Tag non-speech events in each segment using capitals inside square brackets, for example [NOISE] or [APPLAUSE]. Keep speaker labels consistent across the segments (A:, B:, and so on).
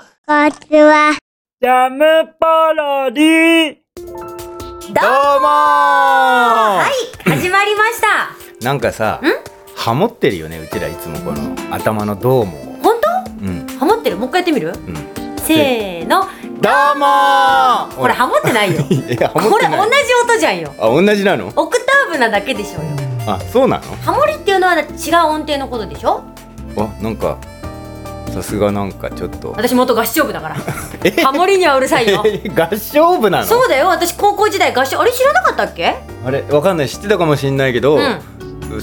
A: ちは。
B: ジャムパロディ
C: どうも
D: は
C: 始まりました
D: いなんかさハモってるよねうちらいつもこの頭の「どうもを」
C: 本
D: うん
C: 当ハモってるもう一回やってみる
D: うん
C: せーの
D: どうもー
C: これハモってないよ
D: い [LAUGHS] やハモっ
C: これ
D: て
C: 同じ
D: ない
C: 音じゃんよ
D: あ同じなの
C: オクターブなだけでしょうよ
D: あそうな
C: ハモリっていうのは違う音程のことでしょ
D: のあなんかさすがなんかちょっと
C: 私元合唱部だから
D: [LAUGHS] え
C: ハモリにはうるさいよ
D: [LAUGHS] 合唱部なの
C: そうだよ私高校時代合唱あれ知らなかったっけ
D: あれわかんない知ってたかもしんないけど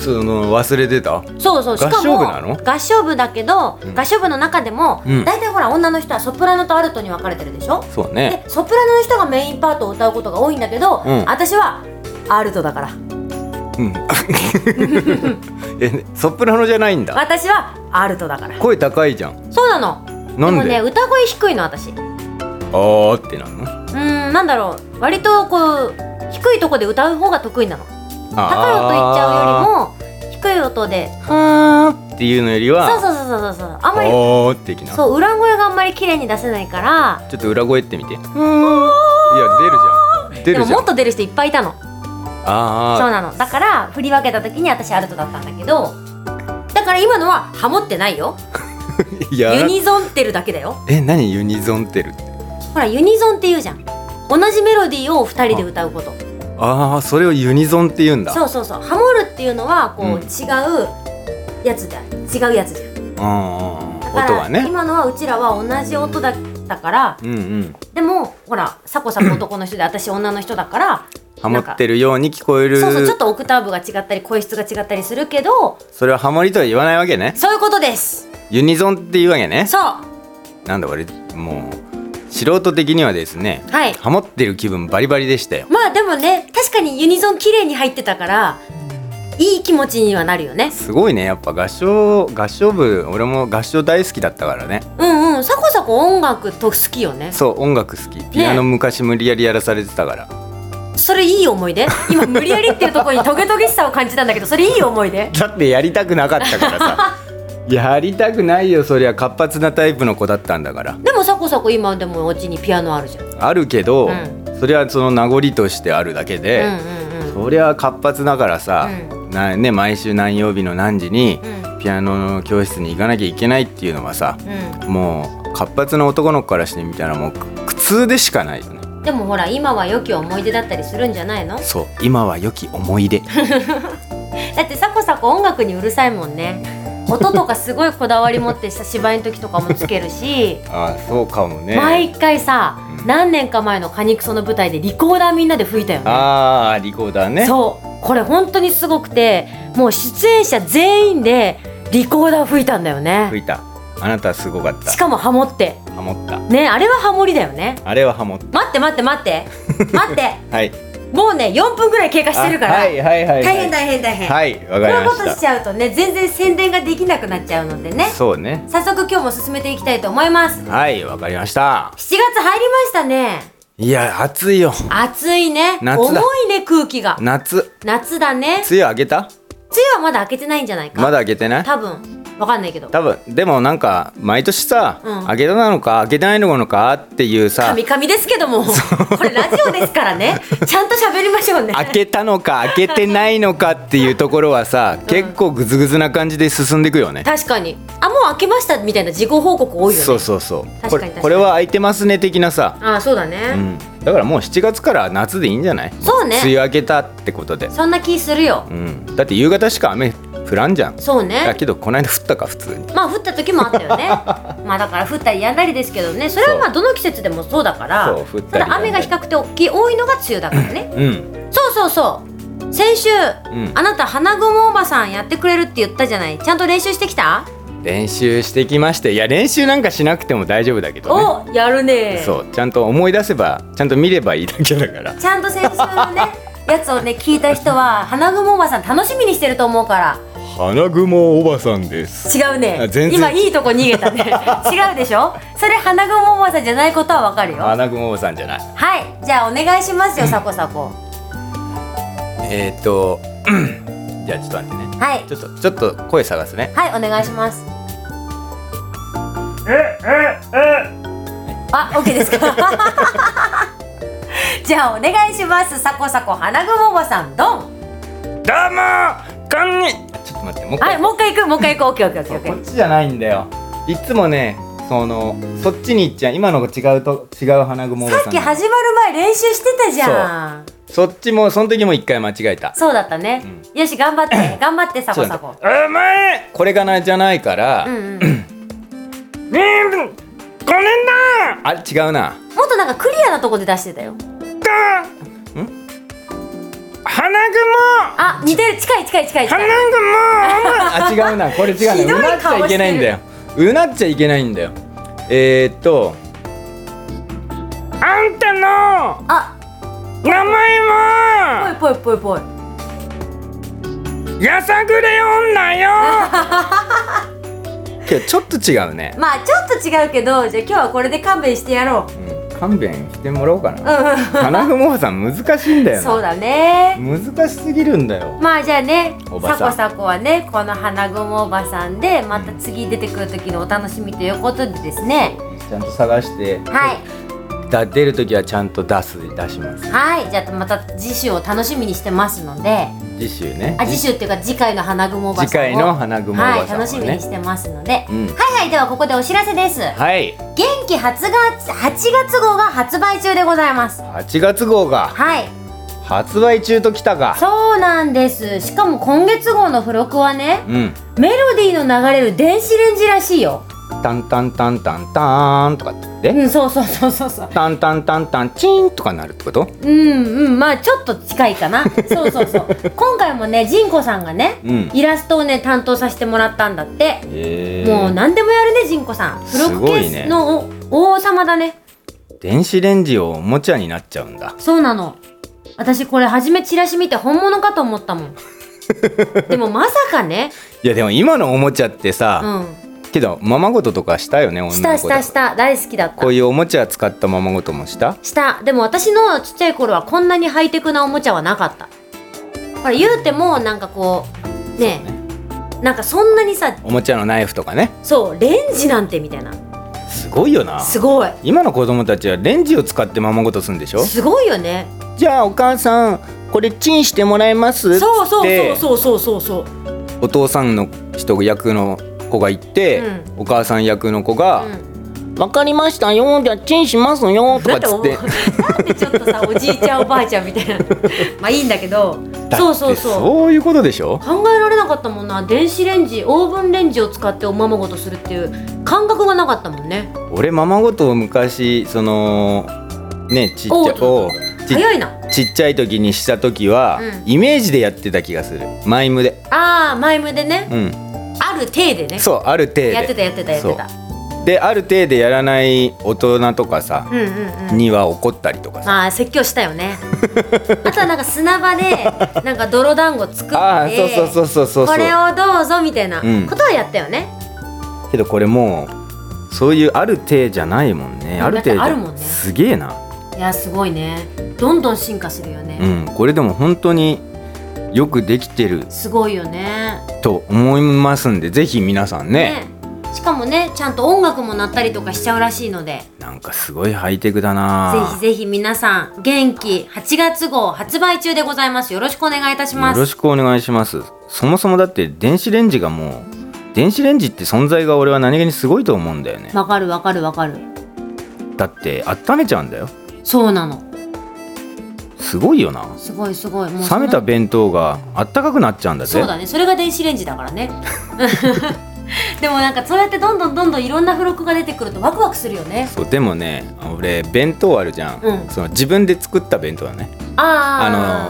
D: その忘れてた
C: そうそうしか
D: 合唱
C: も
D: 部なの
C: 合唱部だけど、
D: ん
C: 合唱部の中でも、
D: うん
C: 大体ほら女の人はソプラノとアルトに分かれてるでしょ
D: そうね
C: でソプラノの人がメインパートを歌うことが多いんだけど、
D: うん
C: 私はアルトだから
D: うん
C: [LAUGHS]
D: えソプラノじゃないんだ
C: 私はアルトだから
D: 声高いじゃん
C: そうなの
D: な
C: で
D: ん
C: もね
D: で
C: 歌声低いの私う
D: あーってなるの
C: ーんなんだろう割とこう低いとこで歌う方が得意なの高い音言っちゃうよりも低い音で
D: あーっていうのよりは
C: そうそうそうそうそうあんまり
D: おーって的な
C: そう裏声があんまり綺麗に出せないから
D: ちょっと裏声ってみてうーんいや出るじゃん出
C: で
D: る
C: も
D: じゃ
C: も
D: ん
C: っと出る人いっぱいいたのそう
D: あ
C: なのだから振り分けた時に私アルトだったんだけどだから今のはハモってないよ
D: ーいや
C: ユニゾンってるだけだよ
D: え何ユニゾンってるって
C: ほらユニゾンって言うじゃん同じメロディーを2人で歌うこと
D: ああそれをユニゾンって言うんだ
C: そうそうそうハモるっていうのはこう、
D: うん
C: 違うやつだ違うやつじゃん
D: あー
C: だ
D: 音
C: から
D: はね
C: 今のはうちらは同じ音だったから
D: うんうん
C: でもほらサコサコ男の人で
D: [CLEARS THROAT]
C: 私女の人だから
D: ハモって
C: る
D: るように聞こえる
C: そうそうちょっとオクターブが違ったり声質が違ったりするけど
D: それはハモリとは言わないわけね
C: そういうことです
D: ユニゾンっていうわけね
C: そう
D: なんだ俺もう素人的にはですね
C: はい
D: ハモってる気分バリバリでしたよ
C: まあでもね確かにユニゾン綺麗に入ってたからいい気持ちにはなるよね
D: すごいねやっぱ合唱合唱部俺も合唱大好きだったからね
C: うんうんサコサコ音楽と好きよね
D: そう音楽好きピアノ昔無理やりやらされてたから、
C: それいい思い出今無理やりっていうところにトゲトゲしさを感じたんだけどそれいい思い出
D: だってやりたくなかったからさ [LAUGHS] やりたくないよそりゃ活発なタイプの子だったんだから
C: でもサコサコ今でもお家にピアノあるじゃん
D: あるけど、
C: うん
D: それはその名残としてあるだけで、
C: うんうんうん
D: そりゃ活発だからさ、なね、毎週何曜日の何時に
C: うん
D: ピアノの教室に行かなきゃいけないっていうのはさもう活発な男の子からしてみたらもう苦痛でしかないよね
C: うんでもほら今は良き思い出だったりするんじゃないの
D: そう今は良き思い出 [LAUGHS]
C: だってサコサコ音楽にうるさいもんね音とかすごいこだわり持ってさ芝居の時とかもつける
D: [LAUGHS]
C: し
D: ああそうかもね
C: 毎回さ
D: うん
C: 何年か前のカニクソの舞台でリコーダーみんなで吹いたよね
D: ああリコーダーね
C: そうこれ本当にすごくてもう出演者全員でリコーダー吹いたんだよね
D: 吹いたあなたはすごかっ
C: したかもハモって
D: ハモった
C: ねあれはハモリだよね
D: あれはハモった
C: 待って待って待って待って
D: はい
C: もうね4分ぐらい経過してるから、
D: あはいはいはいはい
C: 大変大変大変、
D: はいわ
C: こ
D: か
C: う
D: り
C: いう
D: ま
C: ことし
D: し
C: ちゃうとね全然宣伝ができなくなっちゃうのでね
D: たそうね
C: 早速今日も進めていきたいと思います7
D: はいわかりました
C: 月入りましたね
D: いや暑いよ
C: 暑いね
D: 夏だ
C: 重いね空気が
D: 夏
C: 夏だね
D: 梅雨明けた
C: 梅雨はまだ明けてないんじゃないか
D: まだ明けてない
C: 多分わかんないけど
D: 多分でもなんか毎年さ、
C: うん
D: 明けたなのか明けてないのかっていうさ
C: 神々ですけども、これラジオですから
D: [LAUGHS]
C: ね、ちゃんと喋りましょうね。
D: 明けたのか明けてないのか [LAUGHS] っていうところはさ、結構グズグズな感じで進んでいくよね
C: 確かに、あ、もう明けましたみたいな事後報告多いよね。
D: そうそうそうこ
C: 確かに確
D: れ
C: かに
D: これは空いてますね的なさ、
C: あ、そうだ
D: う
C: ね。
D: ん、だからもう7月から夏でいいんじゃない
C: そうね
D: 梅雨明けたってことで、
C: そんな気するよ
D: う。ん、だって夕方しか雨降らんじゃん
C: そう
D: だ
C: ね。
D: けどこの間降ったか普通に
C: まあ降った時もあったよ
D: [LAUGHS]
C: ね。まあだから降ったりやんだりですけどね、それはまあどの季節でもそうだから
D: そう降っ、
C: ただ
D: たりやんだり
C: 雨が比較的大きい多いのが梅雨だからね。
D: うん
C: そうそうそう。先週、
D: ん
C: あなた花雲おばさんやってくれるって言ったじゃない。ちゃんと練習してきた？
D: 練習してきましていや練習なんかしなくても大丈夫だけどね
C: お、やるね。
D: そうちゃんと思い出せばちゃんと見ればいいだけだから
C: ちゃんと先週の
D: [LAUGHS]
C: ねやつをね聞いた人は花雲おばさん楽しみにしてると思うから
D: 花雲おばさんです
C: 違うね
D: あ全然
C: 今いいとこ逃げた
D: [LAUGHS]
C: ね違うでしょそれ花雲おばさんじゃないことはわかるよは
D: 花雲おばさんじゃない
C: いじゃあお願いしますよサコサコ
D: えー、っとうんじゃあちょっと待ってね
C: はい
D: ちょっとちょっと声探すね
C: はいお願いします
B: えええ
C: あ、オッケーですか。 [LAUGHS] じゃあお願いします。サコサコ花雲もさん、ドン。
D: どうもーこんにちょっと待ってもう一
C: は
D: 回
C: い、もう一回行く、もう一回行く、オッケー、オッケー、オッケ
D: そう
C: ー、オッケ
D: こ
C: ー
D: っ。ちじゃないんだよいつもねそのそっちに行っちゃう今の違うと違う花雲おば
C: さ
D: さ
C: っ
D: ん
C: き始まる前練習してたじゃん
D: そっちもその時も一回間違えた
C: そうだったね、よし頑張って頑張ってサコサコ
B: うまい
D: これがなじゃないから、
C: うんうん
B: ねえこれだ
D: あれ違うな
C: もっとなんかクリアなとこで出してたよ
B: だ花雲
C: あ似てる近い近い近い近い
B: 花雲
D: あ違うなこれ違うね
C: ひど
D: う
C: い
D: なっちゃいけないんだようなっちゃいけないんだよえー、っと
B: あんたの
C: あ
B: 名前
C: ぽ
B: は
C: いぽいぽいぽい
B: やさぐれ女
C: [LAUGHS]
B: よ
D: けどちょっと違うね、
C: まあちょっと違うけどじゃあ今日はこれで勘弁してやろ
D: うん、勘弁してもらおうか
C: うう
D: な、
C: んうん
D: 花雲さん難しいんだよな
C: そうだね
D: 難しすぎるんだよ
C: まあじゃあね
D: おば
C: サ
D: さ
C: コ
D: ん
C: サコはねこの花雲おばさんでまた次出てくる時のお楽しみということでですね
D: ちゃんと探して
C: はい
D: だ出るときはちゃんと出す出します
C: はいじゃあまた次週を楽しみにしてますので
D: 次週ね
C: あ次週っていうか次回の花雲おばさんを
D: 次回の花雲おばさんを
C: はい、楽
D: ね
C: しみにしてますので、
D: うん
C: はいはいではここでお知らせです
D: はい
C: 元気発月8月号が発売中でございます
D: 8月号が
C: はい
D: 発売中ときたか
C: そうなんですしかも今月号の付録はね
D: うん
C: メロディーの流れる電子レンジらしいよ
D: タンタンタンタンターンとかって言って、
C: うんそうそうそうそうそう
D: タンタンタンタンチーンとかなるってこと
C: うんうんまあちょっと近いか
D: [LAUGHS]
C: なそうそうそう今回もねジンコさんがね、
D: うん
C: イラストをね担当させてもらったんだって
D: え
C: もう何でもやるねジンコさん付
D: す
C: 録
D: ごいね
C: ケースのお王様だね
D: 電子レンジをおもちゃになっちゃうんだ
C: そうなの私これ初めチラシ見て本物かと思ったも
D: [LAUGHS]
C: んでもまさかね
D: いやでも今のおもちゃって
C: う
D: さ、
C: ん
D: けどままごととかしたよね女の子
C: したした
D: た
C: した大好きだった
D: こういうおもちゃ使ったままごともした
C: したでも私のちっちゃい頃はこんなにハイテクなおもちゃはなかったほら言うてもなんかこうねなんかそんなにさ
D: おもちゃのナイフとかね
C: そうレンジなんてみたいな
D: すごいよな
C: すごい
D: 今の子供たちはレンジを使ってままごとするんでしょ
C: すごいよね
D: じゃあお母さんこれチンしてもらえます
C: そうそ
D: つって
C: うそうそうそうそうそう
D: お父さんの人役の子がいて、お母さん役の子が
C: うん
D: 「わ、かりましたよじゃあチンしますよ」とかっつって
C: [LAUGHS] なんでちょっとさおじいちゃんおばあちゃんみたい
D: [LAUGHS]
C: なまあいいんだけどそうそうそう
D: そういうことでしょ
C: 考えられなかったもんな電子レンジオーブンレンジを使っておままごとするっていう感覚がなかったもんね
D: 俺ままごとを昔そのねちっちゃ
C: おう
D: おうち
C: 早いな
D: ちっちゃい時にした時は、
C: うん
D: イメージでやってた気がするマイムで、
C: あーマイムでね
D: うん、
C: ある体でね
D: そうある程度
C: やってたやってたやってた
D: である程度やらない大人とかさ
C: う、んうんうん
D: には怒ったりとかさ
C: まあ説教したよ
D: [LAUGHS]
C: ねあとはなんか砂場でなんか泥団子作って
D: ああそうそうそうそうそうそ
C: これ
D: う
C: をどうぞみたいな
D: うん
C: ことはやったよね、
D: けどこれもうそういうある程じゃないもんね
C: うん
D: ある程
C: だってあるもん
D: 度
C: ね
D: すげえない
C: やすごいねどんどん進化するよね、
D: うんこれでも本当によくできてる
C: すごいよね
D: と思いますんでぜひ皆さんね
C: ねしかもねちゃんと音楽も鳴ったりとかしちゃうらしいので
D: なんかすごいハイテクだな
C: ぜひぜひ皆さん元気8月号発売中でございますよろしくお願いいたしま
D: よ
C: す
D: ろしくお願いしますそもそもだって電子レンジがもう電子レンジって存在が俺は何気にすごいと思うんだよね
C: わかるわかるわかる
D: だって温めちゃうんだよ
C: そうなの
D: すごいよな
C: すごいすごいもうそ
D: 冷
C: の
D: めた弁当があったかくなっちゃうんだぜ
C: そうだねそれが電子レンジだから [LAUGHS] ねでもなんかそうやってどんどんどんどんいろんな付録が出てくるとワクワクするよね
D: そうでもね俺弁当あるじゃん、
C: うん
D: その自分で作った弁当だねあ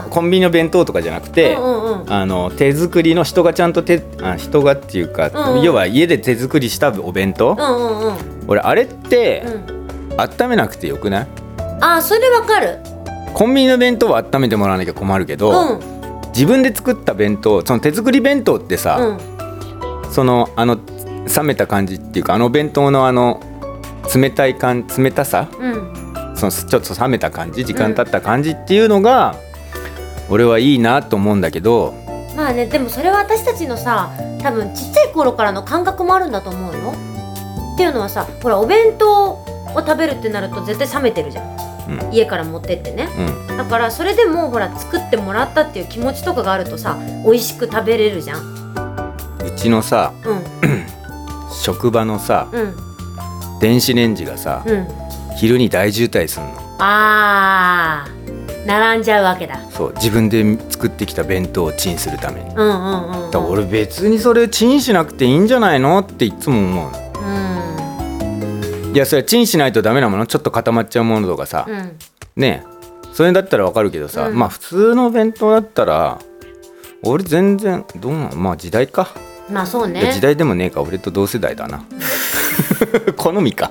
C: あー
D: のコンビニの弁当とかじゃなくて、
C: うんうんうん
D: あの手作りの人がちゃんと手あ人がっていうか、
C: うんうん
D: 要は家で手作りしたお弁当、
C: うんうん
D: 俺あれって、
C: うんうん
D: 温めなくてよくない
C: あーそれわかる
D: コンビニの弁当は温めてもらわなきゃ困るけど、
C: う
D: 自分で作った弁当その手作り弁当ってさ、
C: んうん
D: そのあの冷めた感じっていうかあの弁当のあの冷たい感冷たさ
C: うん
D: そのちょっと冷めた感じ時間経った感じっていうのが、俺はいいなと思うんだけど
C: まあねでもそれは私たちのさ多分ちっちゃい頃からの感覚もあるんだと思うよっていうのはさほらお弁当を食べるってなると絶対冷めてるじゃん、
D: う
C: 家から持ってってね
D: うん
C: だからそれでもうほら作ってもらったっていう気持ちとかがあるとさ美味しく食べれるじゃん
D: うちのさ
C: うん
D: 職場のさ
C: うん
D: 電子レンジがさ
C: うん
D: 昼に大渋滞すんの
C: あー並んじゃうわけだ
D: そう自分で作ってきた弁当をチンするためにだ
C: うんうんうんうん
D: から俺別にそれチンしなくていいんじゃないのっていつも思うの
C: うん
D: いやそれチンしないとダメなものちょっと固まっちゃうものとかさ、
C: うん
D: ねえそれだったらわかるけどさ、
C: うん
D: まあ普通の弁当だったら俺全然どうなんまあ時代か、
C: まあそう
D: いや時
C: ね
D: 代でもねえか俺と同世代
C: [LAUGHS]
D: だな好みか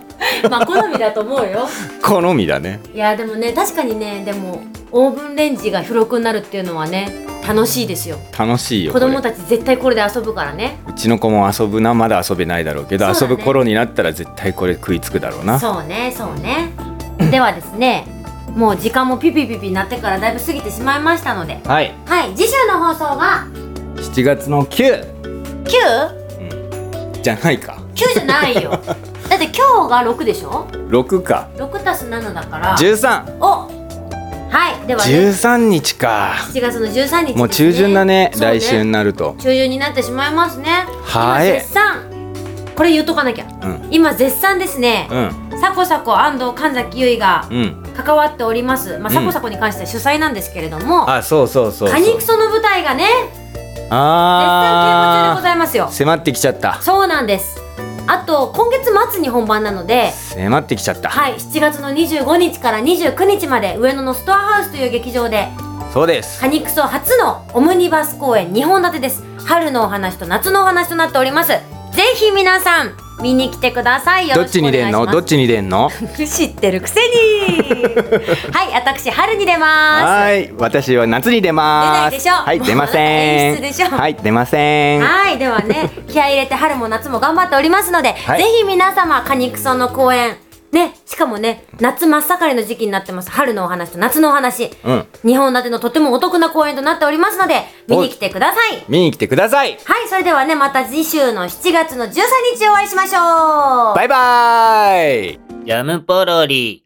C: まあ好みだと思うよ
D: 好みだね
C: いやでもね確かにねでもオーブンレンジが広くなるっていうのはね楽しいですよ
D: 楽しいよ
C: 子供
D: これ
C: たち絶対これで遊ぶからね
D: うちの子も遊ぶなまだ遊べないだろうけど
C: そうだ
D: 遊
C: ね
D: ぶ頃になったら絶対これ食いつくだろうな
C: そうねそうねではですねもう時間もピピピピなってからだいぶ過ぎてしまいましたので
D: はい
C: はい次週の放送が
D: 7月の 9!
C: 9?9
D: じゃないか
C: じゃない
D: [LAUGHS]
C: よだって今日が6でしょ
D: 6か
C: 6たす7だから
D: 1313
C: おはいではね
D: 日か
C: 7月の13日ですね
D: もう中旬だね
C: そう
D: 来週になると
C: 中旬になってしまいますね
D: はい
C: 今絶賛これ言っとかなきゃ
D: うん
C: 今絶賛ですね
D: うん
C: サコサコ安藤神崎結衣が
D: うん
C: 関わっておりますまあ
D: うん
C: サコサコに関しては主催なんですけれども
D: あそうそうそうそう
C: カニクソの舞台がね絶賛稽古中でご
D: あ
C: ざいますよ
D: あ迫ってきちゃった
C: そうなんですあと今月末に本番なので
D: 迫ってきちゃった、
C: はい7月の25日から29日まで上野のストアハウスという劇場で
D: そうです
C: カニクソ初のオムニバス公演2本立てです春のお話と夏のお話となっておりますぜひ皆さん見に来てくださいよ
D: ど
C: ろ
D: っ
C: し
D: ち
C: くお
D: に
C: 願
D: 出
C: い
D: ん
C: しま
D: の
C: す
D: どっちに出
C: [LAUGHS]
D: んの
C: 知ってるくせにはい私春に出ま
D: はーい私は夏に出まーす
C: 出ないでしょ
D: はい出ません
C: [LAUGHS] 演出でしょ
D: はい出ませ
C: す
D: ん
C: はいではね気合い入れて春も夏も頑張っておりますので、
D: はい
C: ぜひ皆様カニクソの公演ねしかもね夏真っ盛りの時期になってます春のお話と夏のお話、
D: うん
C: 日本立てのとてもお得な公演となっておりますので見に来てください
D: 見に来てください
C: はい、それではね、また次週の7月の13日お会いしましょう
D: バイバーイ
A: ジャムポロリ。